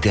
te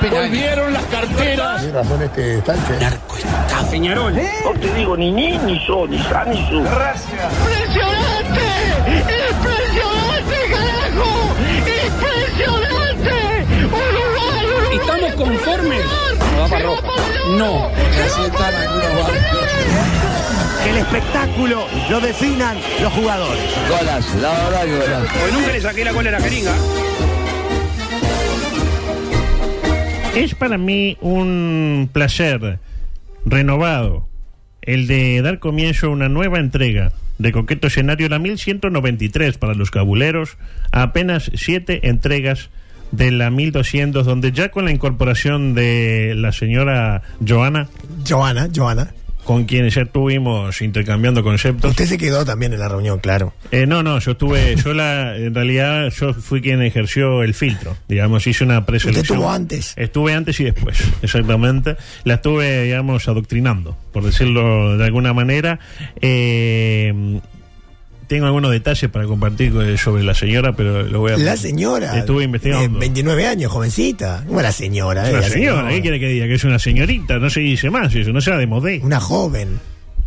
Volvieron las carteras. este Peñarol. No te digo ni ni, ni so, ni sa, ni su. ¡Impresionante! ¡Impresionante, carajo! ¡Impresionante! ¡Uruguay, Uruguay! ¿Estamos conformes? No, No. El espectáculo lo definan los jugadores. Porque nunca le saqué la cola a la jeringa. Es para mí un placer renovado el de dar comienzo a una nueva entrega de Coqueto Escenario, la 1193 para los cabuleros, a apenas siete entregas de la 1200, donde ya con la incorporación de la señora Joana, Joana, Joana. con quien ya estuvimos intercambiando conceptos. Usted se quedó también en la reunión, claro. Eh, no, no, yo estuve, yo la, en realidad yo fui quien ejerció el filtro, digamos, hice una preselección. estuvo antes. Estuve antes y después, exactamente. La estuve, digamos, adoctrinando, por decirlo de alguna manera. Eh, tengo algunos detalles para compartir eh, sobre la señora, pero lo voy a... La señora. Estuve investigando. eh, 29 años, jovencita. Una señora, Es eh, una la señora, ¿qué quiere que diga? Que es una señorita, no se dice más eso, no sea de modé. Una joven.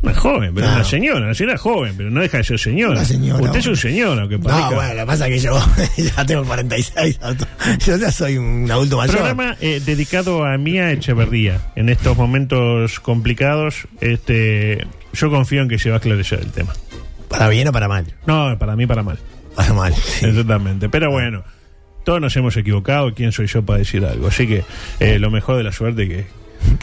Una joven, pero Claro. una señora, una señora joven, pero no deja de ser señora. Una señora, Usted es un bueno. señor, aunque parezca. No, bueno, lo que pasa es que yo ya tengo 46. auto. Yo ya soy un adulto mayor. Programa eh, dedicado a Mía Echeverría. En estos momentos complicados, este, yo confío en que se va a esclarecer el tema. Para bien o para mal. No, para mí para mal. Para mal. sí. Ah. Exactamente. Pero bueno, todos nos hemos equivocado. ¿Quién soy yo para decir algo? Así que eh, lo mejor de la suerte que...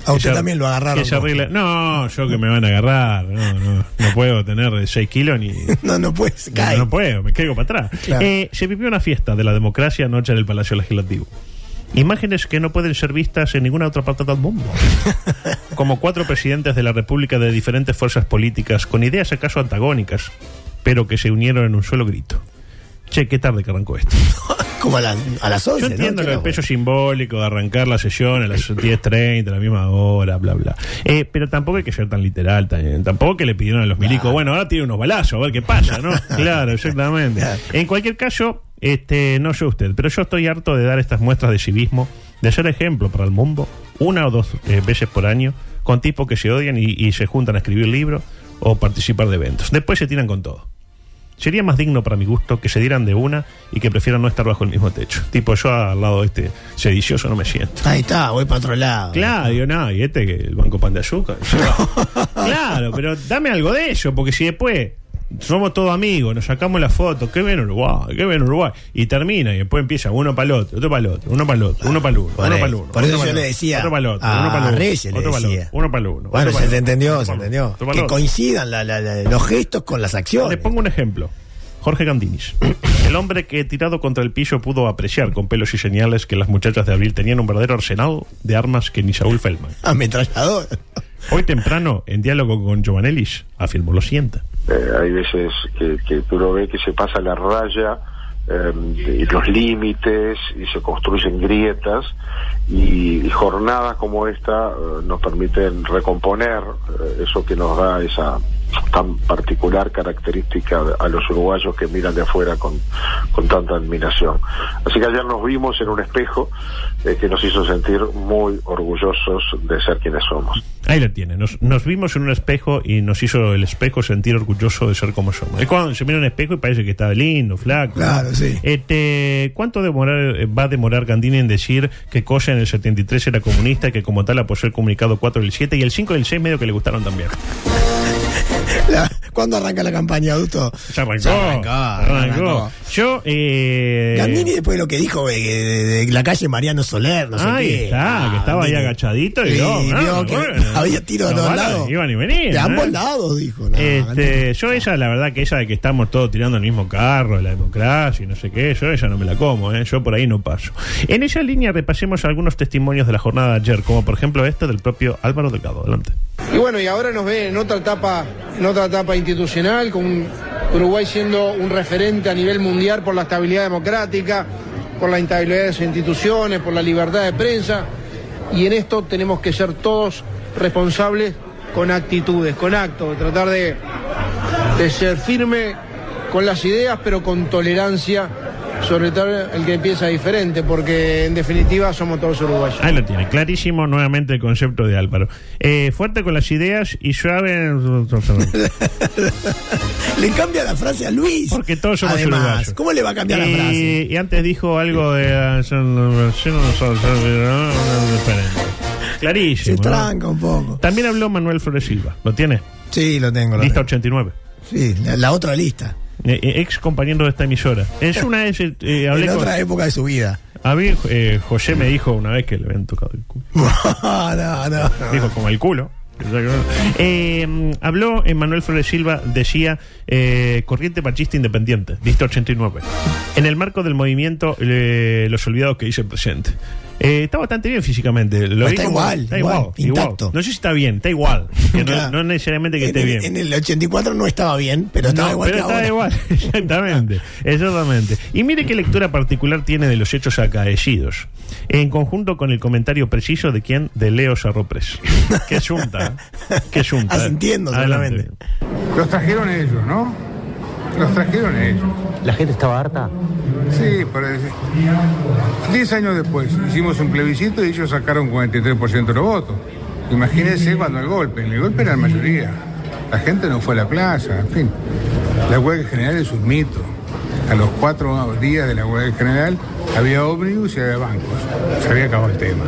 A que usted se- también lo agarraron. que se ¿no? arregle- No, yo que me van a agarrar. No, no, no puedo tener 6 kilos ni... No, no puedes. No, Cae. no puedo, me caigo para atrás. Claro. Eh, se vivió una fiesta de la democracia anoche en el Palacio Legislativo. Imágenes que no pueden ser vistas en ninguna otra parte del mundo. Como cuatro presidentes de la República de diferentes fuerzas políticas, con ideas acaso antagónicas, pero que se unieron en un solo grito. Che, qué tarde que arrancó esto. Como a, las- a las 11. Yo ¿no? entiendo lo Creo, del peso simbólico de arrancar la sesión a las 10.30, a la misma hora, bla, bla. Eh, pero tampoco hay que ser tan literal, tan- tampoco que le pidieron a los milicos, bueno, ahora tiene unos balazos, a ver qué pasa, ¿no? claro, exactamente. En cualquier caso, este, no sé usted, pero yo estoy harto de dar estas muestras de civismo, de ser ejemplo para el mundo, una o dos eh, veces por año, con tipos que se odian y, y se juntan a escribir libros o participar de eventos. Después se tiran con todo. Sería más digno para mi gusto que se dieran de una y que prefieran no estar bajo el mismo techo. Tipo, yo al lado de este sedicioso no me siento. Ahí está, voy para otro lado. Claro, digo, no, y este que el banco pan de azúcar. Y yo, claro, pero dame algo de eso, porque si después somos todos amigos, nos sacamos la foto, qué bien Uruguay, qué bien Uruguay. Y termina, y después empieza uno para el otro, otro para el otro, uno para el otro, uno para el uno, Por uno ahí. para el uno. Por otro eso pa'l yo otro, le decía Otro para el otro, a uno para el Reyes, otro. le Otro para el decía. otro, uno para el uno. Bueno, se otro pa'l te otro, entendió, otro se pa'l otro, entendió. otro pa'l Que otro. coincidan la- la- la- los gestos con las acciones. Le pongo un ejemplo. Jorge Gandinis, el hombre que tirado contra el piso pudo apreciar con pelos y señales que las muchachas de abril tenían un verdadero arsenal de armas que ni Saúl Feldman. Ametrallador. Hoy temprano, en diálogo con Giovanellis, afirmó lo siguiente. Eh, hay veces que, que tú lo ves que se pasa la raya eh, y los límites y se construyen grietas y, y jornadas como esta eh, nos permiten recomponer eh, eso que nos da esa tan particular característica a los uruguayos que miran de afuera con, con tanta admiración. Así que ayer nos vimos en un espejo eh, que nos hizo sentir muy orgullosos de ser quienes somos. Ahí la tiene. Nos, nos vimos en un espejo y nos hizo el espejo sentir orgulloso de ser como somos. Es cuando se mira en un espejo y parece que está lindo, flaco. Claro, sí. Este, ¿Cuánto demorar, eh, va a demorar Gandini en decir que Cosa en el 73 era comunista y que como tal apoyó el comunicado 4 del 7 y el 5 del 6 medio que le gustaron también? La- ¿Cuándo arranca la campaña, adulto? Ya arrancó. arrancó, arrancó. arrancó. Yo, eh. Gandini después de lo que dijo eh, que de, de la calle Mariano Soler, no sé Ahí qué. está, que estaba ahí Gandini. agachadito y Sí, no, vio no, que bueno. había tiro de Los todos balas lados. iban y venían, De ¿eh? ambos lados, dijo. No, Gandini. Este, yo ella, la verdad que ella de que estamos todos tirando el mismo carro, la democracia y no sé qué, yo ella no me la como, ¿eh? yo por ahí no paso. En esa línea repasemos algunos testimonios de la jornada de ayer, como por ejemplo este del propio Álvaro Delgado. Adelante. Y bueno, y ahora nos ve en otra etapa, en otra etapa institucional, con Uruguay siendo un referente a nivel mundial por la estabilidad democrática, por la inestabilidad de sus instituciones, por la libertad de prensa. Y en esto tenemos que ser todos responsables con actitudes, con actos, tratar de, de ser firme con las ideas, pero con tolerancia, sobre todo el que piensa diferente, porque en definitiva somos todos uruguayos. Ahí lo tiene, clarísimo nuevamente el concepto de Álvaro. Eh, fuerte con las ideas y suave. Le cambia la frase a Luis. Porque todos somos Además, uruguayos. ¿Cómo le va a cambiar y, la frase? Y antes dijo algo de. ah, Se Clarísimo. ¿no? tranca un poco. También habló Manuel Flores Silva. ¿Lo tiene? Sí, lo tengo. lo Lista tengo. 89. Sí, la, la otra lista. Eh, eh, ex compañero de esta emisora. Es una vez eh, eh, hablé En con- otra época de su vida. A mí, eh, José me dijo una vez que le habían tocado el culo. no, no, no. Dijo como el culo. Eh, mm, habló eh, Manuel Flores Silva, decía eh, Corriente Machista Independiente, lista 89. En el marco del movimiento eh, Los Olvidados que hice presente. Eh, está bastante bien físicamente. Lo Está vi como- igual, está igual, igual, igual. intacto. No sé si está bien, está igual. Que no, Claro. no necesariamente que En esté el, bien. en el 84 no estaba bien, pero estaba No, igual pero que está ahora. igual, exactamente, exactamente. Y mire qué lectura particular tiene de los hechos acaecidos, en conjunto con el comentario preciso de quien, de Leo Sarroprés. Qué asunta, qué asunta. Asintiendo, Adelante. seguramente. Los trajeron ellos, ¿no? Los trajeron ellos. ¿La gente estaba harta? Sí, pero es- diez años después hicimos un plebiscito y ellos sacaron 43% de los votos. Imagínense cuando el golpe, el golpe era la mayoría. La gente no fue a la plaza, en fin. La huelga general es un mito. A los cuatro días de la huelga general había ómnibus y había bancos. Se había acabado el tema.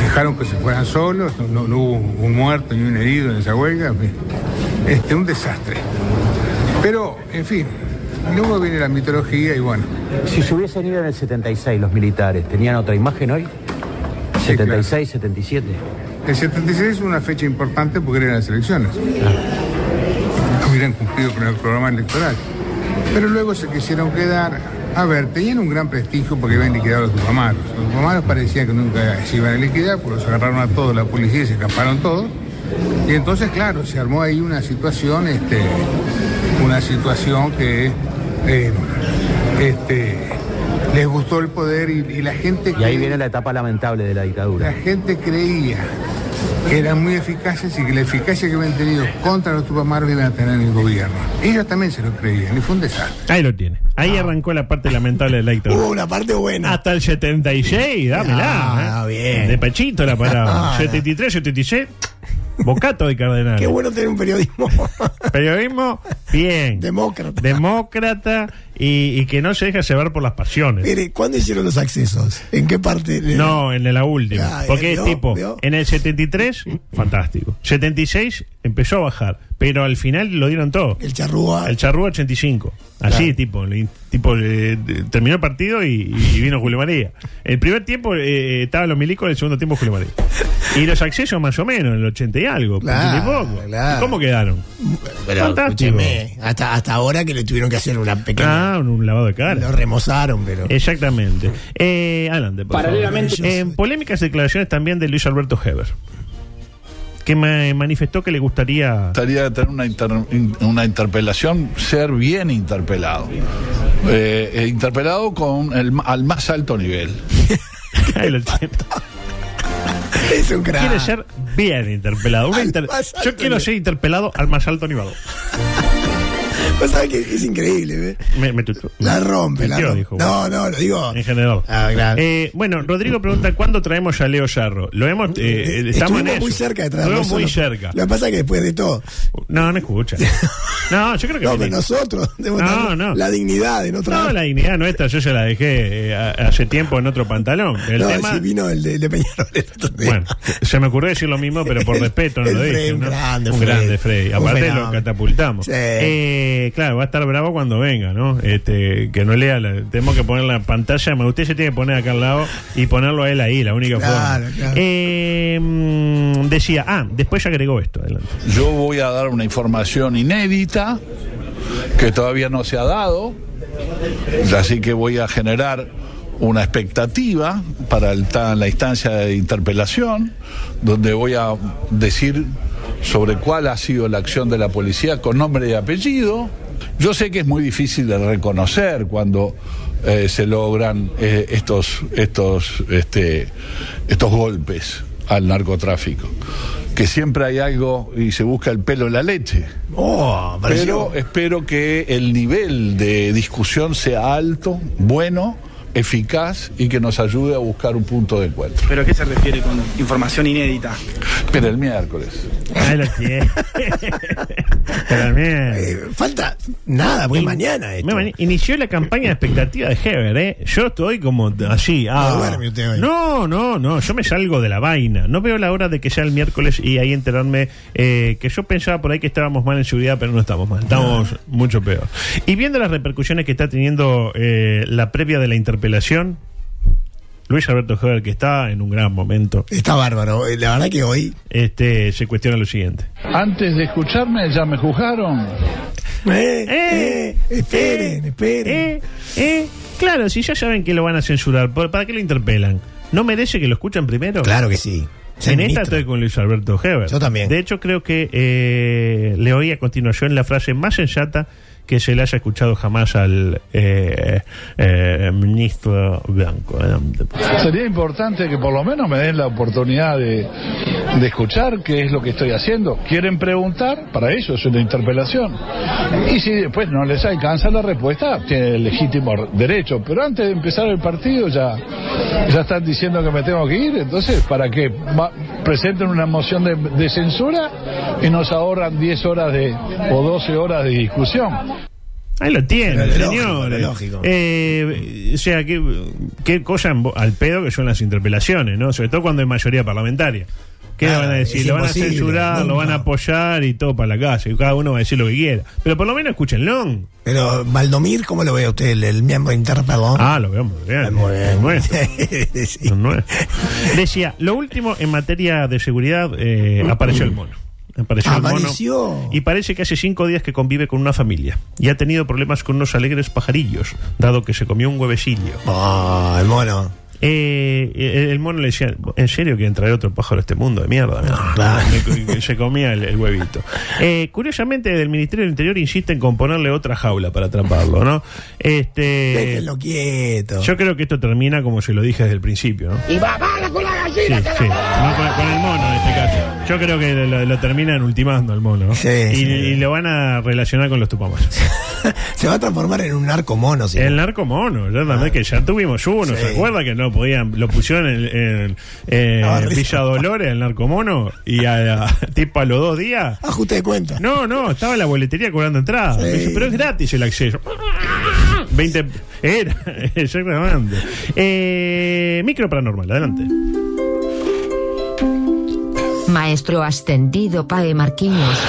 Dejaron que se fueran solos, no, no- no hubo un muerto ni un herido en esa huelga. en fin. Este, un desastre. Pero, en fin, luego viene la mitología y bueno. Si se hubiesen ido en el 76 los militares, ¿tenían otra imagen hoy? Sí, claro. 77. El 76 es una fecha importante porque eran las elecciones. Hubieran cumplido con el programa electoral. Pero luego se quisieron quedar. A ver, tenían un gran prestigio porque habían liquidado a los tupamaros. Los tupamaros parecían que nunca se iban a liquidar, porque los agarraron a todos, la policía y se escaparon todos. Y entonces, claro, se armó ahí una situación, este, una situación que eh, este, les gustó el poder y, y la gente que. la etapa lamentable de la La dictadura. gente creía que eran muy eficaces y que la eficacia que habían tenido contra los tupamaros la iban a tener en el gobierno. Ellos también se lo creían y fue un desastre. Ahí lo tiene. Ahí Ah. arrancó la parte lamentable del Hubo dictador. una parte buena. Hasta el 76, dámela. Ah, ¿eh? bien. De pechito la palabra. Ah, 73, 76, bocato de cardenal. Qué bueno tener un periodismo Periodismo, bien. demócrata. demócrata y, y que no se deja llevar por las pasiones. Mire, ¿cuándo hicieron los accesos? ¿En qué parte? No, en la última. Ay, Porque vio, es tipo, vio. en el 73, fantástico. 76 empezó a bajar, pero al final lo dieron todo. El charrúa. El charrúa 85. Así, Claro. tipo, le- tipo eh, de- terminó el partido y, y vino Julio María. El primer tiempo eh, estaban los milicos, el segundo tiempo Julio María. Y los accesos más o menos, en el 80 y algo. Claro, 80 y poco. claro. ¿Y ¿Cómo quedaron? Pero Fantástico. escúcheme, hasta, hasta ahora que le tuvieron que hacer una pequeña. Ah, un, un lavado de cara. Lo remozaron, pero. Exactamente. Eh, adelante, por favor. Paralelamente- En polémicas declaraciones también de Luis Alberto Heber, que me manifestó que le gustaría. gustaría tener una, inter- in- una interpelación, ser bien interpelado. Eh, eh, interpelado con el, ma- al más alto nivel. Ahí lo tiene. es un crack. Quiere ser bien interpelado. Una Al inter- más alto Yo quiero nivel. ser interpelado al más alto nivel. Vos sabés que es increíble, ¿ve? Me, me tutu- La rompe, la Metió, rompe. dijo. No, no, lo digo. En general. Ah, claro. Eh, bueno, Rodrigo pregunta: ¿cuándo traemos a Leo Yarro? Lo hemos. eh, estamos Estuvimos en eso. muy cerca de traerlo. Estuvimos muy solo. cerca. Lo que pasa es que después de todo, No, no escucha. No, yo creo que. no, viene. pero nosotros debemos No, tener no. la dignidad de no traer. No, la dignidad nuestra yo ya la dejé eh, a- hace tiempo en otro pantalón. El No, tema. si vino el de, el de Peñarol el otro día. Bueno, se me ocurrió decir lo mismo, pero por El- respeto no el lo Freddy, dije. un ¿no? grande un Freddy. grande Freddy. Un Aparte lo fenómeno. catapultamos. Sí. Eh, claro, va a estar bravo cuando venga, ¿no? Este, que no lea, la- tenemos que poner la pantalla. Me usted se tiene que poner acá al lado y ponerlo a él ahí, la única Claro, forma. claro. Eh, mm, decía, ah, después agregó esto. Adelante. Yo voy a dar una información inédita que todavía no se ha dado, así que voy a generar una expectativa para el ta- la instancia de interpelación, donde voy a decir sobre cuál ha sido la acción de la policía con nombre y apellido. Yo sé que es muy difícil de reconocer cuando eh, se logran eh, estos, estos, este, estos golpes al narcotráfico, que siempre hay algo y se busca el pelo en la leche. Oh, Pero apareció. eh, espero que el nivel de discusión sea alto, bueno, eficaz y que nos ayude a buscar un punto de encuentro. ¿Pero a qué se refiere con información inédita? Pero el miércoles. Ahí lo tiene. Pero bien. Eh, falta nada, porque mañana esto. Me mani- Inició la campaña de expectativa de Heber, ¿eh? Yo estoy como t- así. ah. duerme usted hoy. no, no, no. Yo me salgo de la vaina. No veo la hora de que sea el miércoles y ahí enterarme eh, que yo pensaba por ahí que estábamos mal en seguridad, pero no estamos mal. Estamos mucho peor. Y viendo las repercusiones que está teniendo eh, la previa de la interpelación, Luis Alberto Heber, que está en un gran momento, Está bárbaro. Eh, La verdad que hoy. este, se cuestiona lo siguiente. Antes de escucharme ya me juzgaron. Eh, Eh, eh, esperen, eh, esperen. eh, eh. Claro, si ya saben que lo van a censurar, ¿por- ¿para qué lo interpelan? ¿No merece que lo escuchen primero? Claro que sí. Ser en ministro. esta estoy con Luis Alberto Heber. Yo también. De hecho, creo que eh, le oí a continuación la frase más sensata que se le haya escuchado jamás al eh, eh, ministro Blanco. eh, Sería importante que por lo menos me den la oportunidad de, de escuchar qué es lo que estoy haciendo. Quieren preguntar, para ellos es una interpelación. Y si después no les alcanza la respuesta, tienen el legítimo r- derecho. Pero antes de empezar el partido ya, ya están diciendo que me tengo que ir. Entonces, ¿para qué? Va- presenten una moción de, de censura y nos ahorran 10 horas de, o 12 horas de discusión. Ahí lo tienen, Pero lógico, señores. pero lógico. Eh, o sea, qué, qué cosa en bo- al pedo que son las interpelaciones, ¿no? Sobre todo cuando hay mayoría parlamentaria. ¿Qué le Claro, van a decir? Ah, es Lo van a imposible, censurar, no, lo van a no. apoyar y todo para la casa. Y cada uno va a decir lo que quiera. Pero por lo menos escúchenlo. Pero Valdomir, ¿cómo lo ve usted, el, el miembro interpelón? Ah, lo veo muy bien. Muy bien. Lo nuestro. Sí. Lo nuestro. Decía, lo último en materia de seguridad eh, apareció el mono. Apareció, el mono. Apareció. y parece que hace cinco días que convive con una familia y ha tenido problemas con unos alegres pajarillos, dado que se comió un huevecillo. Oh, el mono. Eh, eh, el mono le decía, ¿en serio quieren traer otro pájaro a este mundo de mierda? Ah, claro. Se- Se comía el, el huevito. Eh, curiosamente, del Ministerio del Interior insisten con ponerle otra jaula para atraparlo, ¿no? Este, Déjenlo quieto. yo creo que esto termina como se lo dije desde el principio, ¿no? Y babala con la Sí, gallina, que la sí. No, con, con el mono en este caso. Yo creo que lo, lo terminan ultimando al mono. ¿no? Sí, y, sí. y lo van a relacionar con los tupamas. Se va a transformar en un narco mono, sí. El narco mono, ya la verdad que ya tuvimos uno, Sí. ¿se acuerda que no podían, lo pusieron en, en, en Ah, risa. Villa Dolores, el narco mono, y a, a- tipo a los dos días. Ah, Ajuste de cuenta. No, no, estaba en la boletería cobrando entrada. Sí. Me dice, pero es gratis el acceso. 20 era exactamente. Eh, micro paranormal, adelante. Maestro ascendido Pae Marquinhos.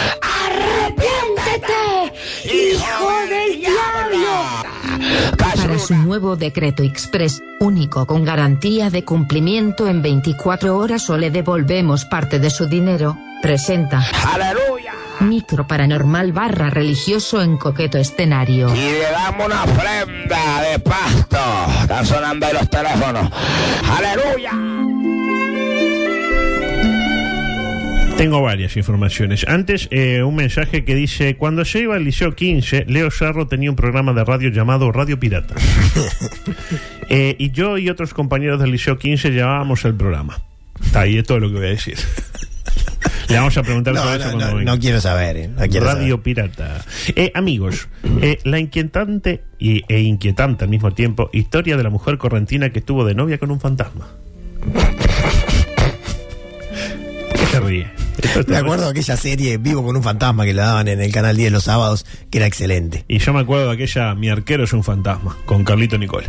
¡Arrepiéntete, hijo del diablo! Para su nuevo decreto express, único con garantía de cumplimiento en 24 horas o le devolvemos parte de su dinero, presenta ¡Aleluya! Micro Paranormal barra religioso en coqueto escenario. Y le damos una ofrenda de pasto. Están sonando ahí los teléfonos. ¡Aleluya! Tengo varias informaciones. Antes, eh, un mensaje que dice: Cuando yo iba al Liceo 15, Leo Sarro tenía un programa de radio llamado Radio Pirata. Eh, y yo y otros compañeros del Liceo 15 llevábamos el programa. Está ahí, es todo lo que voy a decir. Le vamos a preguntar No, sobre no, eso cuando no, venga. no quiero saber, eh, no quiero Radio Pirata. Eh, amigos, eh, la inquietante y- e inquietante al mismo tiempo historia de la mujer correntina que estuvo de novia con un fantasma. ¿Por qué se ríe? Me acuerdo de aquella serie Vivo con un fantasma que la daban en el canal 10 los sábados, que era excelente. Y yo me acuerdo de aquella Mi arquero es un fantasma, con Carlito Nicole.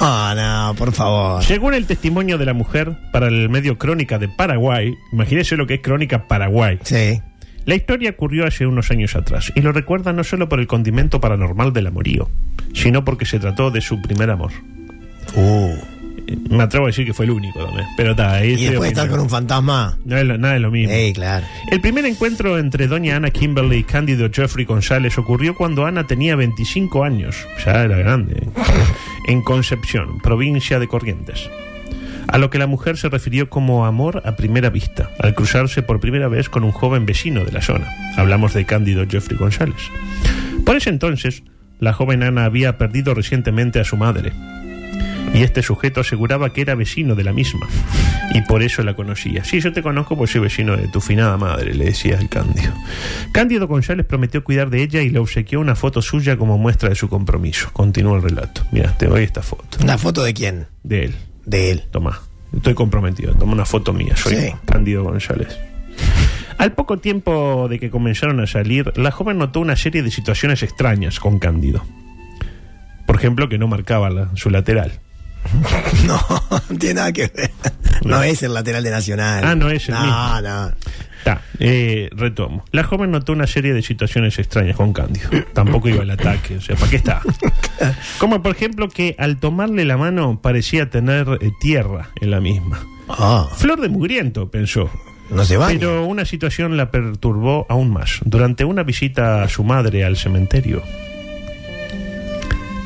Ah, no, por favor. Según el testimonio de la mujer para el medio Crónica de Paraguay, imagínese lo que es Crónica Paraguay. Sí. La historia ocurrió hace unos años atrás y lo recuerda no solo por el condimento paranormal del amorío, sino porque se trató de su primer amor. Eh, Me atrevo a decir que fue el único también, pero está Uh. ahí. Y estoy después de estar opinando. con un fantasma. No es lo- nada es lo mismo. Sí, claro. El primer encuentro entre doña Ana Kimberly y Cándido Jeffrey González ocurrió cuando Ana tenía 25 años, ya era grande, en Concepción, provincia de Corrientes. A lo que la mujer se refirió como amor a primera vista, al cruzarse por primera vez con un joven vecino de la zona. Hablamos de Cándido Jeffrey González. Por ese entonces, la joven Ana había perdido recientemente a su madre, y este sujeto aseguraba que era vecino de la misma y por eso la conocía. Sí, yo te conozco porque soy vecino de tu finada madre, le decía el Cándido. Cándido González prometió cuidar de ella y le obsequió una foto suya como muestra de su compromiso. Continúa el relato. Mira, te doy esta foto. ¿Una foto de quién? De él. De él. Tomá, estoy comprometido. Toma una foto mía. Soy Sí. Cándido González. Al poco tiempo de que comenzaron a salir, la joven notó una serie de situaciones extrañas con Cándido. Por ejemplo, que no marcaba la- su lateral. No, no tiene nada que ver. No es el lateral de Nacional. Ah, no es el No, mismo. no. Ta, eh, retomo. La joven notó una serie de situaciones extrañas con Cándido. Tampoco iba al ataque, o sea, ¿para qué está? Como por ejemplo que al tomarle la mano parecía tener eh, tierra en la misma. Ah, Flor de mugriento, pensó. no se baña. Pero una situación la perturbó aún más. Durante una visita a su madre al cementerio,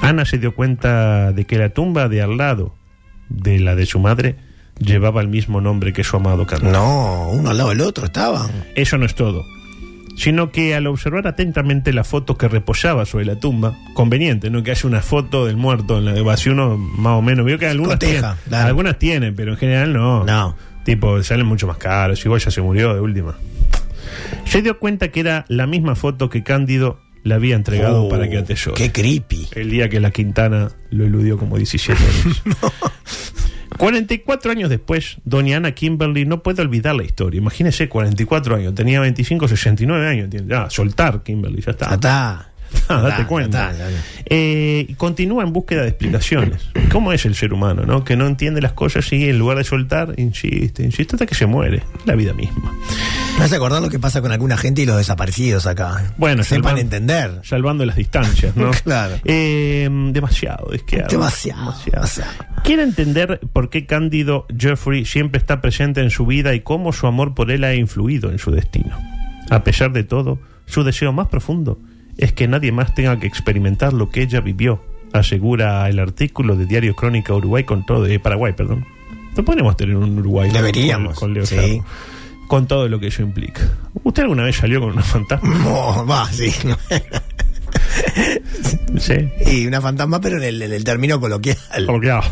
Ana se dio cuenta de que la tumba de al lado de la de su madre llevaba el mismo nombre que su amado Cándido. No, uno al lado del otro estaban. Eso no es todo, sino que al observar atentamente la foto que reposaba sobre la tumba, conveniente, ¿no? Que haya una foto del muerto en la de vacío, uno más o menos. Vio que algunas Coteja, tienen, claro. algunas tienen, pero en general no. No. Tipo, salen mucho más caros, igual ya se murió de última. Se dio cuenta que era la misma foto que Cándido le había entregado Oh, para que atesore Qué creepy. el día que la Quintana lo eludió como 17 años. 44 años después, doña Ana Kimberly no puede olvidar la historia. Imagínese, 44 años, tenía 25, 69 años. tiene- Ah, soltar Kimberly, ya está. Ya está. Ah, Ya está, date cuenta. ya está, ya está. Eh, y continúa en búsqueda de explicaciones. ¿Cómo es el ser humano, no? Que no entiende las cosas y en lugar de soltar, insiste, insiste hasta que se muere. La vida misma. Me hace acordar lo que pasa con alguna gente y los desaparecidos acá. Bueno, sepan salvando- entender. Salvando las distancias, ¿no? Claro. Eh, demasiado, es que Demasiado, demasiado. Quiere entender por qué Cándido Jeffrey siempre está presente en su vida y cómo su amor por él ha influido en su destino. A pesar de todo, su deseo más profundo es que nadie más tenga que experimentar lo que ella vivió, asegura el artículo de Diario Crónica Uruguay con todo de Paraguay, perdón. No podríamos tener un Uruguay ¿no? Deberíamos, con, con Leo sí. Sarro. con todo lo que eso implica. ¿Usted alguna vez salió con una fantasma? No, va, sí. Sí. y una fantasma, pero en el, en el término coloquial. Como que, ah,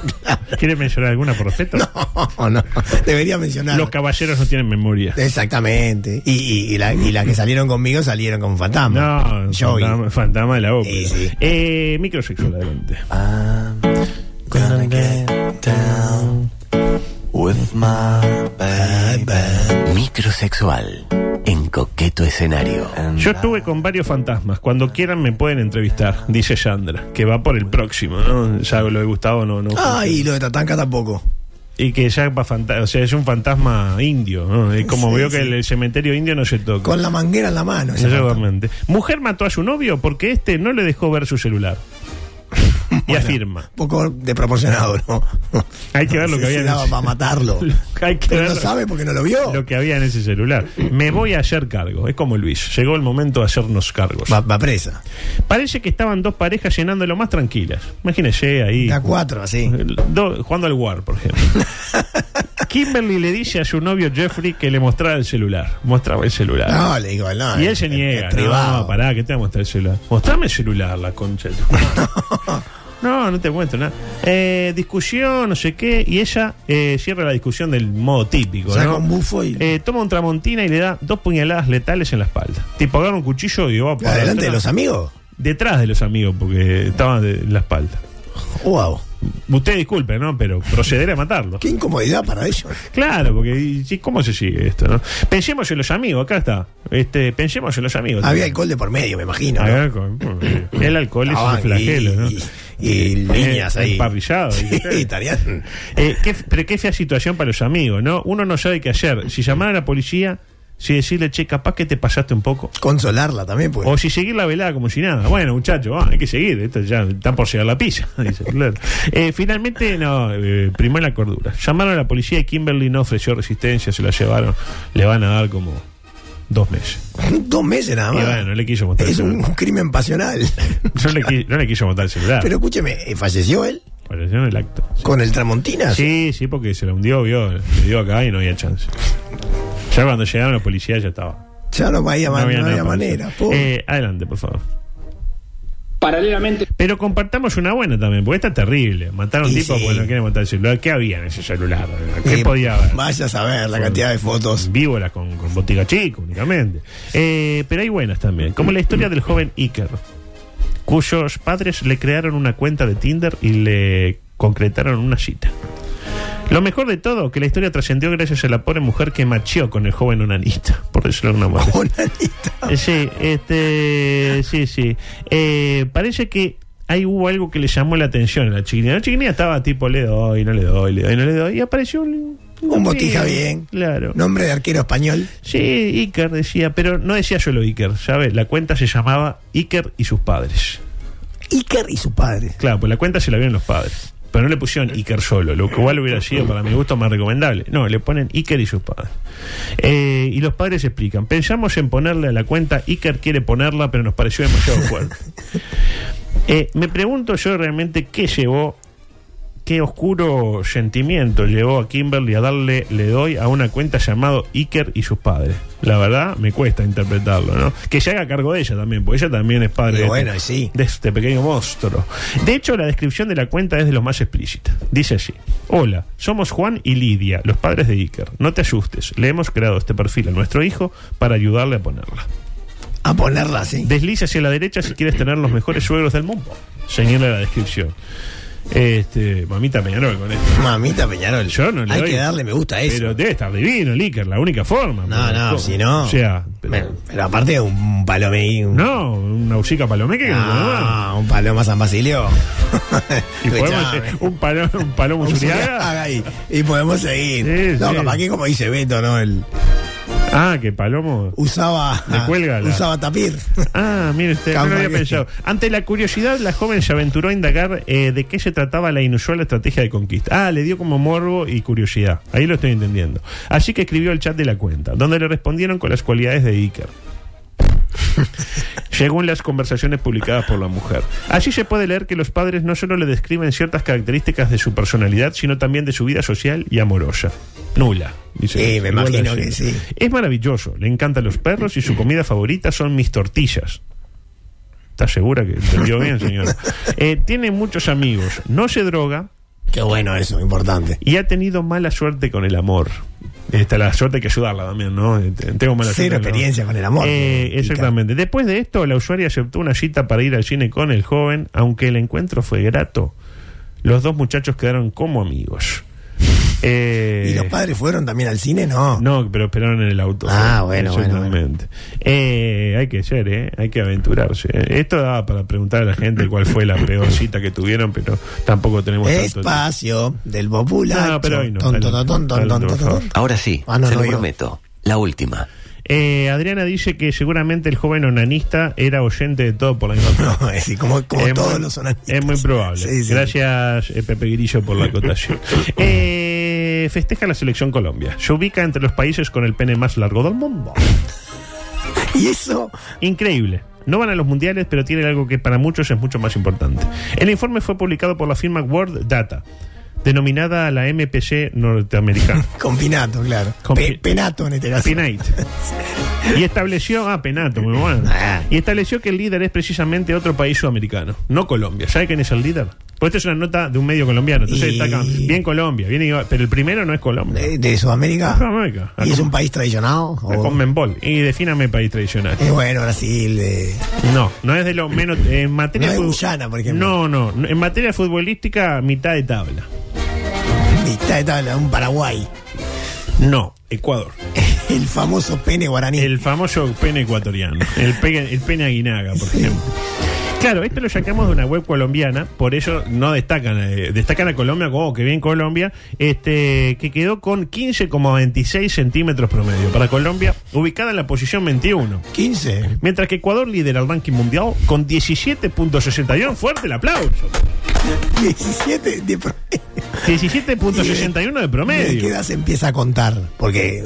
¿Quiere mencionar alguna por respeto? No, no. Debería mencionar. Los caballeros no tienen memoria. Exactamente. Y, y, y la, y las que salieron conmigo salieron con fantasma. No, Joey. fantasma, fantasma de la ópera. Sí, sí. Eh, microsexual, adelante. Ah, Gonna get down with my baby. Microsexual en coqueto escenario. Yo estuve con varios fantasmas. Cuando quieran me pueden entrevistar, dice Sandra, que va por el próximo, ¿no? Ya lo he gustado, no, no. Ay, Ah, y lo de Tatanka tampoco. Y que ya va fanta- o sea, es un fantasma indio, ¿no? Y como Sí, veo que sí. el cementerio indio no se toca. Con la manguera en la mano. ese fantasma. Seguramente. Mujer mató a su novio porque este no le dejó ver su celular. Y afirma. Un poco desproporcionado, ¿no? Hay que ver lo Sí, que había sí, en daba ese- para matarlo. Hay que Pero ver no lo- sabe porque no lo vio. lo que había en ese celular. Me voy a hacer cargo. Es como Luis. Llegó el momento de hacernos cargos. Va, va presa. Parece que estaban dos parejas llenándolo más tranquilas. Imagínese ahí. Da cuatro, así. El- do- jugando al War, por ejemplo. Kimberly le dice a su novio Jeffrey que le mostrara el celular. Mostraba el celular. No, le digo, no. y él se es- niega. es privado. No, pará, que te voy a mostrar el celular. Mostrame el celular, la concha. de tu madre. No, no te muestro nada. Eh, discusión, no sé qué. Y ella eh, cierra la discusión del modo típico. Saca ¿no? un bufo y- Eh, toma un tramontina y le da dos puñaladas letales en la espalda. Tipo, agarra un cuchillo y va para ¿Adelante de atrás. los amigos? Detrás de los amigos, porque estaban de- en la espalda. Wow. Usted disculpe, ¿no? Pero proceder a matarlo. Qué incomodidad para ellos. Claro, porque ¿y- y ¿cómo se sigue esto, no? Pensemos en los amigos, acá está. Este, pensemos en los amigos. Había alcohol de por medio, me imagino. ¿no? Había alcohol, por medio. El alcohol es un Estaban flagelo, y- ¿no? y- y líneas ahí. Emparrillado. Sí, ¿viste? estarían- Eh, qué- pero qué fea situación para los amigos, ¿no? Uno no sabe qué hacer. Si llamar a la policía, si decirle, che, capaz que te pasaste un poco. Consolarla también, pues. O si seguir la velada como si nada. Bueno, muchachos, hay que seguir. Esto ya están por llegar la pizza. dice, claro. Eh, finalmente, no, eh, primó la cordura. Llamaron a la policía y Kimberly no ofreció resistencia, se la llevaron. Le van a dar como dos meses. Dos meses nada Y más. bueno, le quiso mostrar. Ah. es el un celular. crimen pasional. No le, qui- no le quiso montar el celular. Pero escúcheme, ¿eh, ¿falleció él? Falleció en el acto. ¿Con el Tramontina? Sí, sí, porque se la hundió, vio, le dio acá y no había chance. Ya cuando llegaron los policías ya estaba. Ya no había, man- no nada había para hacer. manera. pobre. Eh, adelante, por favor. Paralelamente. Pero compartamos una buena también, porque esta es terrible. Matar a un Y tipo sí. porque no quiere matar el celular. ¿Qué había en ese celular? ¿Qué Eh, podía haber? Vaya a saber la cantidad de fotos. Víboras con, con botica chica únicamente. Eh, pero hay buenas también, como la historia del joven Iker, cuyos padres le crearon una cuenta de Tinder y le concretaron una cita. Lo mejor de todo, que la historia trascendió gracias a la pobre mujer que macheó con el joven onanista, por decirlo de alguna manera. Onanita. Eh, Sí, este, sí, sí. Eh, parece que ahí hubo algo que le llamó la atención a la chiquinina. La chiquinina estaba tipo, le doy, no le doy, le doy, no le doy. Y apareció un... Un botija pibe, bien. Claro. Nombre de arquero español. Sí, Iker decía, pero no decía yo lo Iker, ¿sabes? La cuenta se llamaba Iker y sus padres. Iker y su padre. Claro, pues la cuenta se la vieron los padres. Pero no le pusieron Iker solo, lo cual hubiera sido para mi gusto más recomendable. No, le ponen Iker y sus padres. Eh, y los padres explican, pensamos en ponerle a la cuenta, Iker quiere ponerla, pero nos pareció demasiado fuerte. Eh, me pregunto yo realmente qué llevó, qué oscuro sentimiento llevó a Kimberly a darle, le doy a una cuenta llamado Iker y sus padres. La verdad, me cuesta interpretarlo, ¿no? Que se haga cargo de ella también, porque ella también es padre Y de bueno, este- sí. de este pequeño monstruo. De hecho, la descripción de la cuenta es de los más explícita. Dice así: Hola, somos Juan y Lidia, los padres de Iker. No te asustes, le hemos creado este perfil a nuestro hijo para ayudarle a ponerla. A ponerla así. Desliza hacia la derecha si quieres tener los mejores suegros del mundo. Señala la descripción. Este, mamita Peñarol con esto. Mamita Peñarol. Yo no le Hay doy- que darle me gusta a eso. Pero debe estar divino, Licker, la única forma. no, porque, no, ¿cómo? si no. O sea, pero- Bueno, pero aparte de un palomín. no, una usica palomeque que no come más. Ah, un paloma San Basilio. Y podemos Escuchame. hacer un palomo, un palomo Un Zuriaga. Zuriaga ahí, y podemos seguir. Sí, no, sí. capaz que como dice Beto, ¿no? El, Ah, que palomo. usaba. Le cuelga la- Usaba tapir. Ah, mire usted, no lo Capaz había que- pensado. Ante la curiosidad, la joven se aventuró a indagar eh, de qué se trataba la inusual estrategia de conquista. Ah, le dio como morbo y curiosidad. Ahí lo estoy entendiendo. Así que escribió el chat de la cuenta, donde le respondieron con las cualidades de Iker. Según las conversaciones publicadas por la mujer. Así se puede leer que los padres no solo le describen ciertas características de su personalidad, sino también de su vida social y amorosa. Nula. dice. Sí, Eh, me Igual imagino así. que sí. Es maravilloso, le encantan los perros y su comida favorita son mis tortillas. ¿Estás segura que entendió bien, señor? Eh, tiene muchos amigos, no se droga Qué bueno eso, importante. y ha tenido mala suerte con el amor. Esta la suerte hay que ayudarla también, ¿no? Eh, te- Tengo mala Cero suerte, ¿no? experiencia con el amor. Eh, Ica. exactamente. Después de esto, la usuaria aceptó una cita para ir al cine con el joven, aunque el encuentro fue grato. Los dos muchachos quedaron como amigos. Eh, ¿Y los padres fueron también al cine? No. no, pero esperaron en el auto. Ah, Sí, bueno, bueno, exactamente. Eh, hay que ser, ¿eh? Hay que aventurarse. ¿eh? Esto daba para preguntar a la gente cuál fue la peor cita que tuvieron, pero tampoco tenemos tanto tiempo. Espacio del popular. No, pero hoy no. Ton, ton, ton, ton, ton, ton, Adelante, por ton, favor. ton. Ahora sí, Ah, no, se no, lo yo. prometo. La última. Eh, Adriana dice que seguramente el joven onanista era oyente de todo por la No, es decir, como, como Es todos muy- los sonanistas. Es muy probable. Sí, sí. Gracias, eh, Pepe Grillo, por la acotación. Eh, festeja la selección Colombia. Se ubica entre los países con el pene más largo del mundo. Y eso, Increíble. No van a los mundiales, pero tienen algo que para muchos es mucho más importante. El informe fue publicado por la firma World Data, denominada la MPC norteamericana. con Pinato, claro. Con Pe- Pi- penato en este caso. Pinate. Y estableció, ah, Penato, muy bueno. Ah. Y estableció que el líder es precisamente otro país sudamericano, no Colombia. ¿Sabe quién es el líder? Pues esto es una nota de un medio colombiano. Entonces Y- destacan, bien Colombia, bien Iba- pero el primero no es Colombia. Eh, de Sudamérica. Es Sudamérica. ¿Y La es com- un país traicionado? La ¿O- Conmebol. Y defíname país tradicional. Eh, bueno, Brasil. eh. No, no es de lo menos. En materia No es fut- Guyana, por ejemplo. No, no. no, En materia futbolística, mitad de tabla. Mitad de tabla, un Paraguay. No, Ecuador. El famoso pene guaraní. El famoso pene ecuatoriano. El, pe- el pene aguinaga, por ejemplo. Claro, esto lo sacamos de una web colombiana, por ello no destacan, eh, destacan a Colombia como oh, que bien Colombia, este, que quedó con 15,26 centímetros promedio para Colombia, ubicada en la posición 21. 15. Mientras que Ecuador lidera el ranking mundial con 17.61. Fuerte el aplauso. 17 de pro- 17.61 de ¿De qué promedio. edad se empieza a contar? Porque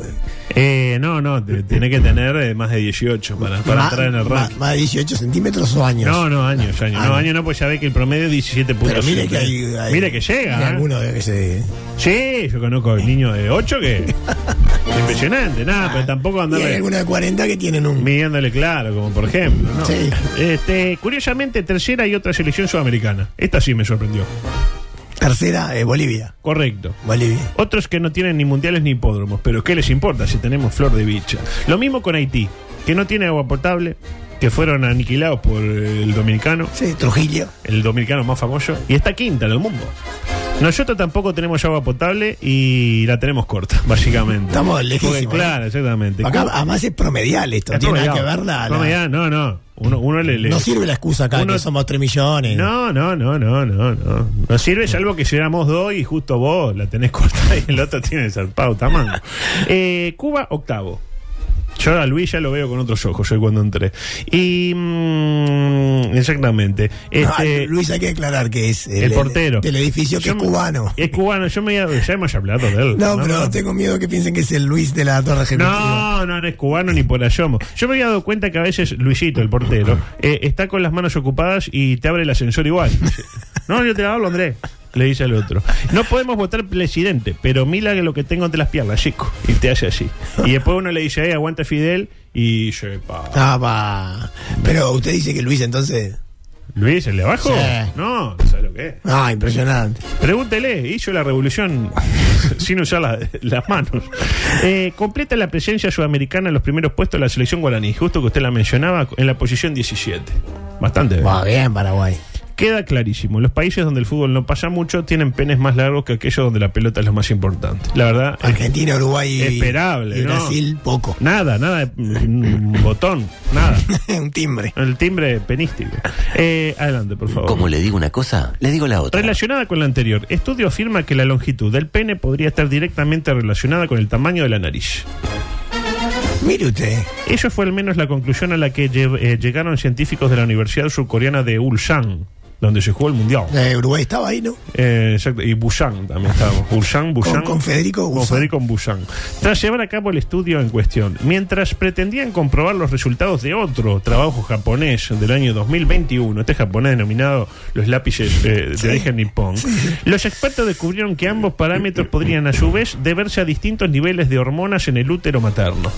Eh, no, no, te- tiene que tener eh, más de 18 para, para ma- entrar en el ma- ranking. más de 18 centímetros o años. No, no, años, años. No, Ah. años no, pues ya ve que el promedio es 17 Pero mire que hay- hay- Mire que llega. hay ¿eh? algunos que se- Sí, yo conozco niños de 8 que. impresionante, nada, pero tampoco Y hay andarle. algunos de 40 que tienen un. Midiéndole claro, como por ejemplo. ¿no? Sí. Este, curiosamente, tercera y otra selección sudamericana. Esta sí me sorprendió. Tercera, eh, Bolivia. Correcto. Bolivia. Otros que no tienen ni mundiales ni hipódromos, pero ¿qué les importa si tenemos flor de bicha? Lo mismo con Haití, que no tiene agua potable, que fueron aniquilados por eh, el dominicano. Sí, Trujillo. el dominicano más famoso, y está quinta en el mundo. Nosotros tampoco tenemos agua potable y la tenemos corta, básicamente. Estamos lejísimos, ¿eh? Porque, Claro, exactamente. Acá además es promedial esto. Es tiene nada que promediado. ver la- la- Promediado, no, no. Uno, uno le, le- No sirve la excusa acá, Uno- que somos 3 millones. No, no, no, no, no, no. No sirve salvo que seamos dos y justo vos la tenés corta y el otro tiene zarpado tamango. Eh, Cuba, octavo. Yo a Luis ya lo veo con otros ojos, hoy cuando entré. Y. mm, exactamente. No, Este, Luis, hay que declarar que es el, portero. del edificio que Yo es me- cubano. Es cubano, yo me ya hemos hablado de él. No, pero tengo miedo que piensen que es el Luis de la Torre Ejecutiva. No, no, no es cubano ni por asomo. Yo me había dado cuenta que a veces Luisito, el portero, Ah. eh, está con las manos ocupadas y te abre el ascensor igual. No, yo te la hablo, Andrés. Le dice al otro. No podemos votar presidente, pero mira que lo que tengo entre las piernas, chico. Y te hace así. Y después uno le dice, eh, aguanta Fidel. Y yo, pa. Ah, va. Pero usted dice que Luis entonces. Luis, ¿el de abajo? Sí. No, no sabe lo que es. Ah, impresionante. Pregúntele, hizo la revolución sin usar la- las manos. Eh, completa la presencia sudamericana en los primeros puestos de la selección guaraní, justo que usted la mencionaba, en la posición 17. Bastante. bien. Va bien, Paraguay. Queda clarísimo, los países donde el fútbol no pasa mucho tienen penes más largos que aquellos donde la pelota es lo más importante. La verdad, es- Argentina, Uruguay y- Esperable, y ¿no? Brasil, poco. nada, nada, de- un botón, nada. Un timbre. El timbre penístico. Eh, adelante, por favor. Oh. Como le digo una cosa, le digo la otra. Relacionada con la anterior, estudio afirma que la longitud del pene podría estar directamente relacionada con el tamaño de la nariz. Mire usted. Eso fue al menos la conclusión a la que lle- eh, llegaron científicos de la Universidad Surcoreana de Ulsan, donde se jugó el Mundial. Eh, Uruguay estaba ahí, ¿no? Eh, exacto, y Busan también estábamos. Busan, Busan. con Federico Con Busan. Federico Busan. Tras llevar a cabo el estudio en cuestión, mientras pretendían comprobar los resultados de otro trabajo japonés del año 2021, este japonés denominado los lápices eh, de origen nipón, los expertos descubrieron que ambos parámetros podrían a su vez deberse a distintos niveles de hormonas en el útero materno.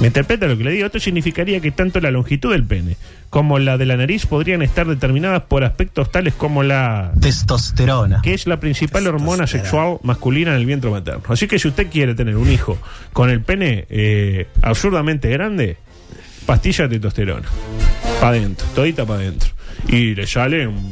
Me interpreta lo que le digo, esto significaría que tanto la longitud del pene como la de la nariz podrían estar determinadas por aspectos tales como la Testosterona. que es la principal hormona sexual masculina en el vientre materno. Así que si usted quiere tener un hijo con el pene eh, absurdamente grande, pastilla de testosterona. Para adentro, todita para adentro. Y le sale, un-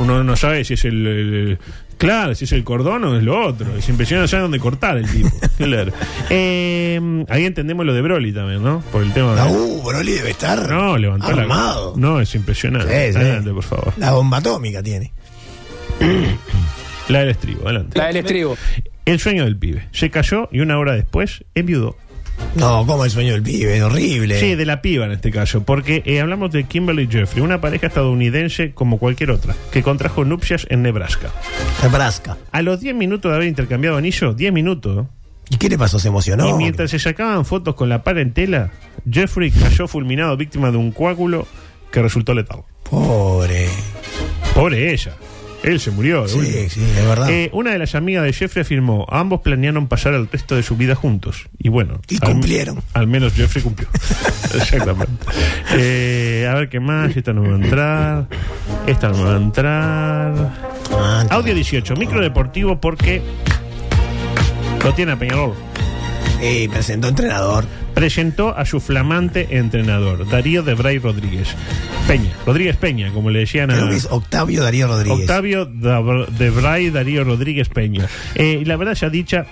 uno no sabe si es el, el- el- Claro, si es el cordón o es lo otro. Es impresionante, no sabe dónde cortar el tipo. Claro. Eh, ahí entendemos lo de Broly también, ¿no? Por el tema de... Ah, uh, Broly debe estar no, levantó armado. la... No, es impresionante. Sí, sí. Adelante, por favor. La bomba atómica tiene. La del estribo, adelante. La del estribo. El sueño del pibe. Se cayó y una hora después enviudó. No, como el sueño del pibe, es horrible. Sí, de la piba en este caso, porque eh, hablamos de Kimberly Jeffrey, una pareja estadounidense como cualquier otra, que contrajo nupcias en Nebraska. Nebraska. A los 10 minutos de haber intercambiado anillo, 10 minutos, ¿Y qué le pasó? ¿Se emocionó? y mientras se sacaban fotos con la parentela, Jeffrey cayó fulminado víctima de un coágulo que resultó letal. Pobre. Pobre ella. Él se murió. de última. Sí, sí, es verdad. Eh, una de las amigas de Jeffrey afirmó, ambos planearon pasar el resto de su vida juntos. Y bueno. Y al- cumplieron. Al, menos Jeffrey cumplió. Exactamente. Eh, a ver qué más. Esta no me va a entrar. Esta no me va a entrar. Audio 18, micro deportivo porque lo tiene a Peñarol. Y presentó entrenador. Ah. Presentó a su flamante entrenador, Darío Debray Rodríguez. Peña, Rodríguez Peña, como le decían a. Creo que es Octavio Darío Rodríguez. Octavio Dabr- Debray Darío Rodríguez Peña. Eh, y la verdad ya dicha,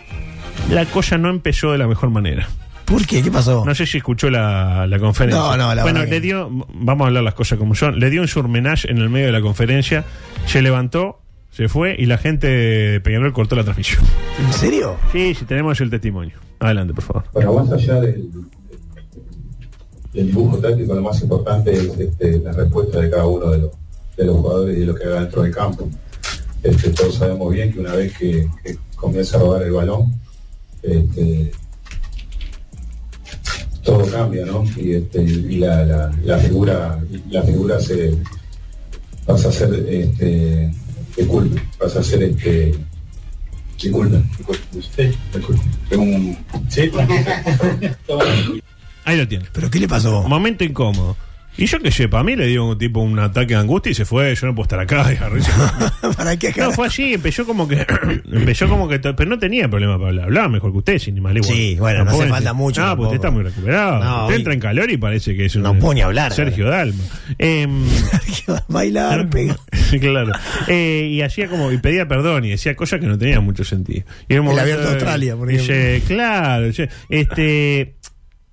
la cosa no empezó de la mejor manera. ¿Por qué? ¿Qué pasó? No sé si escuchó la, la conferencia. Oh. No, no, la Bueno, verdad le que- dio, vamos a hablar las cosas como son, le dio un surmenage en el medio de la conferencia, se levantó, se fue y la gente de Peñarol cortó la transmisión. ¿En serio? Sí, sí, tenemos el testimonio. Adelante, por favor. Bueno, más allá del, del dibujo táctico, lo más importante es este, la respuesta de cada uno de los, de los jugadores y de lo que haga dentro del campo. Este, todos sabemos bien que una vez que, que comienza a robar el balón, este, todo cambia, ¿no? Y, este, y la, la- la figura, la figura se pasa a ser este, disculpe, pasa a ser este disculpe, disculpe, disculpe. Tengo un sí, Ahí lo tiene. ¿Pero qué le pasó? Momento incómodo. Y yo que sepa, a mí le dio un tipo un ataque de angustia y se fue, yo no puedo estar acá, dijo Rizzo. ¿Para qué No, fue así, empezó como que. empezó como que. to- Pero no tenía problema para hablar. Hablaba mejor que usted, sin ni más ni Sí, bueno, no hace falta mucho Ah, pues usted está tampoco. muy recuperado. No, usted y- entra en calor y parece que es un. No puedo ni hablar, Sergio Dalma. Em, Bailar, pega. claro. Eh, y hacía como. Y pedía perdón y decía cosas que no tenían mucho sentido. Y era un El momento abierto de de- Australia, por dice, claro. dice, este.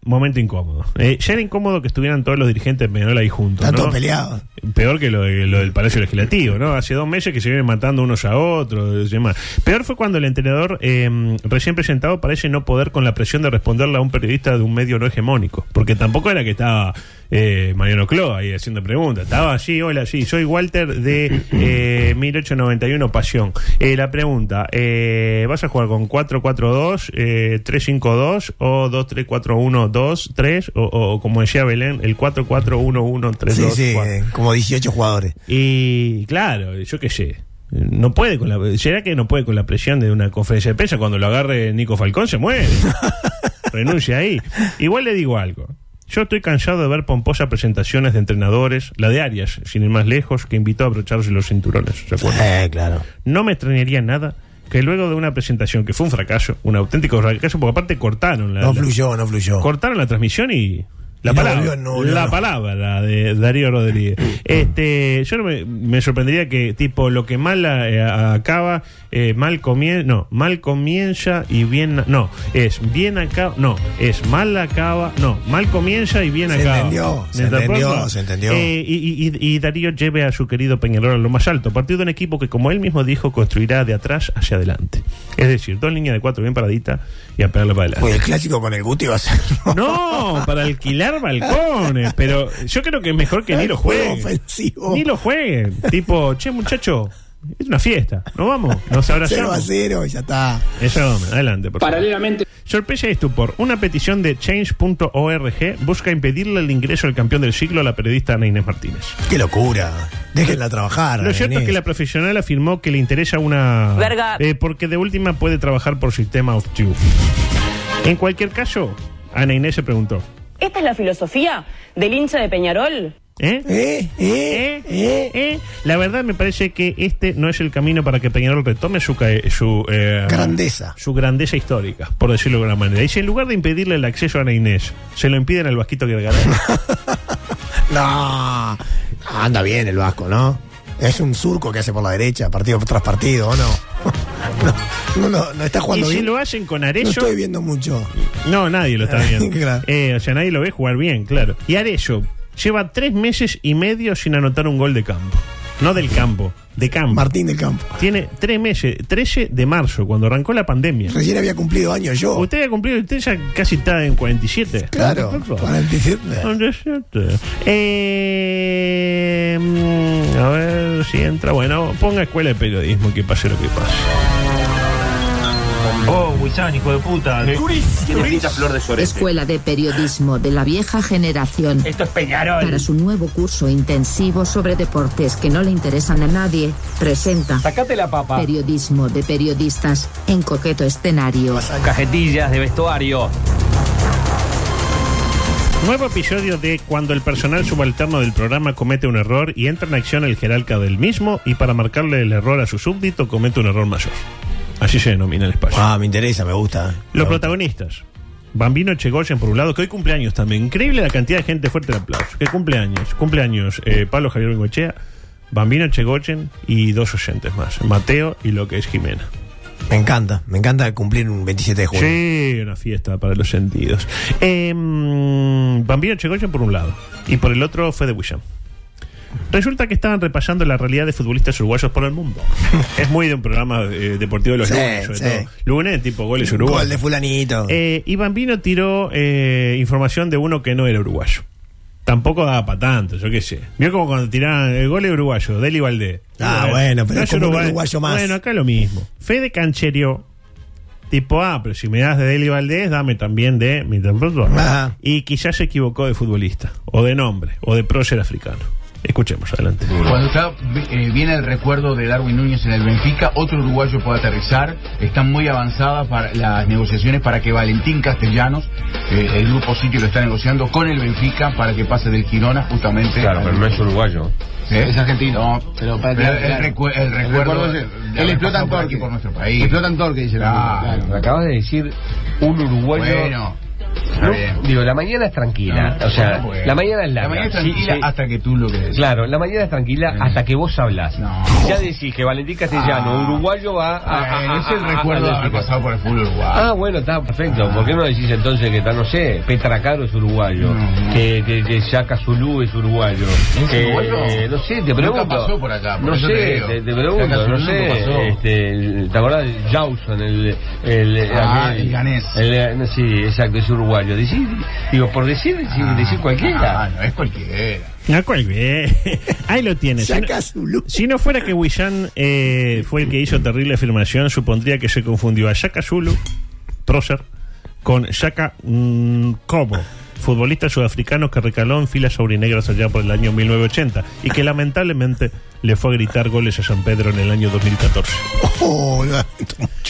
Momento incómodo. Eh, ya era incómodo que estuvieran todos los dirigentes de Peñarol ahí juntos. Están ¿no? todos peleados. Peor que lo, de- lo del Palacio Legislativo, ¿no? Hace dos meses que se vienen matando unos a otros y demás. Peor fue cuando el entrenador eh, recién presentado parece no poder con la presión de responderle a un periodista de un medio no hegemónico. Porque tampoco era que estaba eh, Mariano Cloa ahí haciendo preguntas. Estaba allí, hola, sí, soy Walter de eh, 1891 Pasión. Eh, la pregunta, eh, ¿vas a jugar con 4-4-2, eh, 3-5-2 o 2-3-4-1-2-3 o, o como decía Belén, el 4-4-1-1-3-2? Sí, sí, eh, como 18 jugadores. Y claro, yo qué sé. No puede con la, ¿Será que no puede con la presión de una conferencia de prensa? Cuando lo agarre Nico Falcón se muere. Renuncia ahí. Igual le digo algo. Yo estoy cansado de ver pomposas presentaciones de entrenadores, la de Arias, sin ir más lejos, que invitó a abrocharse los cinturones. ¿Se acuerdan? Eh, claro. No me extrañaría nada que luego de una presentación que fue un fracaso, un auténtico fracaso, porque aparte cortaron Eh, la, No la- fluyó, no fluyó. cortaron la transmisión y la Y no palabra, volvió, no volvió, la no. Ah. palabra de Darío Rodríguez. Este, yo no me, me sorprendería que tipo lo que mal eh, acaba, eh, mal comienza, no, mal comienza y bien, no, es bien acaba, no, es mal acaba, no, mal comienza y bien Se acaba. entendió, se ¿Me está entendió, pronto? se entendió. Eh, y, y- y- y Darío lleve a su querido Peñarol a lo más alto, partido de un equipo que como él mismo dijo construirá de atrás hacia adelante. Es decir, dos líneas de cuatro bien paraditas y a pegarle para adelante. Pues el clásico con el Guti va a ser. No, para alquilar balcones. Pero yo creo que es mejor que ni lo jueguen. ofensivo. Ni lo jueguen. Tipo, che, muchacho, es una fiesta. Nos vamos, nos 0 a abrazamos. 0 y ya está. Eso, adelante, por favor. Sorpresa y estupor. Una petición de change.org busca impedirle el ingreso al campeón del siglo a la periodista Ana Inés Martínez. Qué locura. Déjenla trabajar. Lo cierto es Inés. que la profesional afirmó que le interesa una. Verga. Eh, porque de última puede trabajar por sistema Optube. En cualquier caso, Ana Inés se preguntó. ¿Esta es la filosofía del hincha de Peñarol? ¿Eh? ¿Eh? ¿Eh? ¿Eh? La verdad me parece que este no es el camino para que Peñarol retome su, cae- su eh, Grandeza. Su grandeza histórica, por decirlo de alguna manera. Y si en lugar de impedirle el acceso a Ana Inés, se lo impiden al vasquito que ganó. No. Anda bien el Vasco, ¿no? Es un surco que hace por la derecha, partido tras partido, ¿o no? No, no, no, no está y jugando si bien. lo hacen con No Arello. estoy viendo mucho. No, nadie lo está viendo. Claro. Eh, o sea, nadie lo ve jugar bien, claro. Y Arello lleva tres meses y medio sin anotar un gol de campo. No del campo, de campo. Martín del Campo. Tiene tres meses, 13 de marzo, cuando arrancó la pandemia. Recién había cumplido años yo. Usted ha cumplido, usted ya casi está en 47. Claro, Por favor. 47. 47. Eh, mm, a ver si entra. Bueno, ponga escuela de periodismo, que pase lo que pase. Oh, Wisan, hijo de puta. flor de Escuela de Periodismo de la Vieja Generación. Esto es Peñarol. Para su nuevo curso intensivo sobre deportes que no le interesan a nadie, presenta Sacate la papa. Periodismo de Periodistas en coqueto escenario. Cajetillas de vestuario. Nuevo episodio de cuando el personal subalterno del programa comete un error y entra en acción el jerarca del mismo y para marcarle el error a su súbdito comete un error mayor. Así se denomina el espacio. Ah, me interesa, me gusta. Los protagonistas. Bambino Chegoyen, por un lado, que hoy cumpleaños también. Increíble la cantidad de gente, fuerte el aplauso. Que cumpleaños, cumpleaños. eh, Pablo Javier Bengochea, Bambino Chegoyen y dos oyentes más, Mateo y lo que es Jimena. Me encanta, me encanta cumplir un 27 de junio. Sí, una fiesta para los sentidos. Eh, Bambino Chegoyen por un lado y por el otro fue de Wisham. Resulta que estaban repasando la realidad de futbolistas uruguayos por el mundo. es muy de un programa eh, deportivo de los Sí, lunes, sobre sí. todo. Lunes, tipo goles uruguayos. Gol de fulanito. Eh, y Bambino tiró eh, información de uno que no era uruguayo. Tampoco daba para tanto, yo qué sé. Vio como cuando tiraban el gol de uruguayo, Deli Valdés. Ah, Eh, bueno, pero no es como un uruguayo más. Bueno, acá lo mismo. Fede Cancherio, tipo, ah, pero si me das de Deli Valdés, dame también de Milton Bradford. Y quizás se equivocó de futbolista, o de nombre, o de prócer africano. Escuchemos, adelante. Cuando ya eh, viene el recuerdo de Darwin Núñez en el Benfica, otro uruguayo puede aterrizar. Están muy avanzadas para las negociaciones para que Valentín Castellanos, eh, el grupo sitio lo está negociando con el Benfica para que pase del Girona justamente. Claro, pero no es uruguayo. Es argentino. pero para claro, el, claro. recu- el El recuerdo. recuerdo es- de él haber explota pasado en por Torque. aquí, por nuestro país. Explota en Torque, dice Claro, acabas de decir un uruguayo. Bueno. No, bien. digo, la mañana es tranquila. No, o sea, no puede. la mañana es Ah, La larga. mañana es tranquila hasta que tú lo crees. Claro, la mañana es tranquila hasta que vos hablas. Ya decís que Valentín Castellano, Ah. uruguayo, va a. a- a- es el a- a- recuerdo de a- haber pasado por el fútbol uruguayo. Ah, bueno, está perfecto. ¿Por qué no decís entonces que está, no sé, Petracaro es uruguayo? Que, que, que Yaka Zulu es uruguayo. ¿Es Eh, uruguayo? eh, no sé, te Nunca pregunto. pasó por acá, por no eso sé, te digo. te, te pregunto, Yaka no Zulu nunca pasó. sé. Este, ¿Te acordás de Jauson, el. el Ah, aquel- el ganés. el- no, sí, exacto, es uruguayo. Decir, digo, por decir, decir, decir cualquiera. Ah, no es cualquiera. No, cual bien. Eh, Ahí lo tiene. Si no, Saca si no fuera que Wishan eh, fue el que hizo terrible afirmación, supondría que se confundió a Shaka Zulu, prócer, con Shaka mm, Kobo, futbolista sudafricano que recaló en filas aurinegras allá por el año 1980 y que lamentablemente le fue a gritar goles a San Pedro en el año 2014. Oh,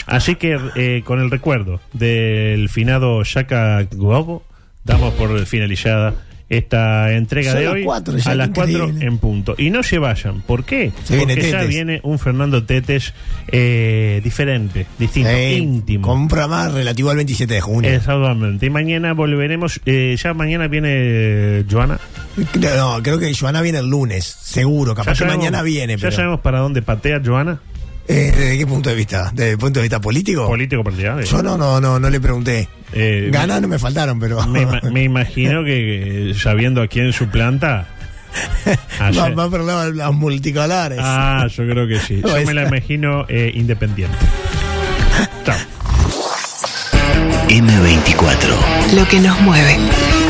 Así que eh, con el recuerdo del finado Shaka Kobo, damos por finalizada esta entrega Son de las hoy cuatro, a ya, las qué 4 increíble. en punto. Y no se vayan, ¿por qué? Se viene Porque ya Tetes. viene un Fernando Tetes eh, diferente, distinto, Eh, íntimo. Con un programa relativo al 27 de junio. Exactamente. Y mañana volveremos. eh, ya mañana viene eh, Joana. No, creo que Joana viene el lunes, seguro. Capaz Ya que sabemos- mañana viene. Ya pero- sabemos para dónde patea Joana. Eh, ¿Desde qué punto de vista? ¿Desde el punto de vista político? Político partidario. Oh. Yo no, no, no, no le pregunté. Eh, Ganas no me faltaron, pero. Me, ima- me imagino que eh, sabiendo a quién suplanta. Va, ayer- va por lado de los multicolores. Ah, yo creo que sí. Yo me la imagino eh, independiente. M24. Lo que nos mueve.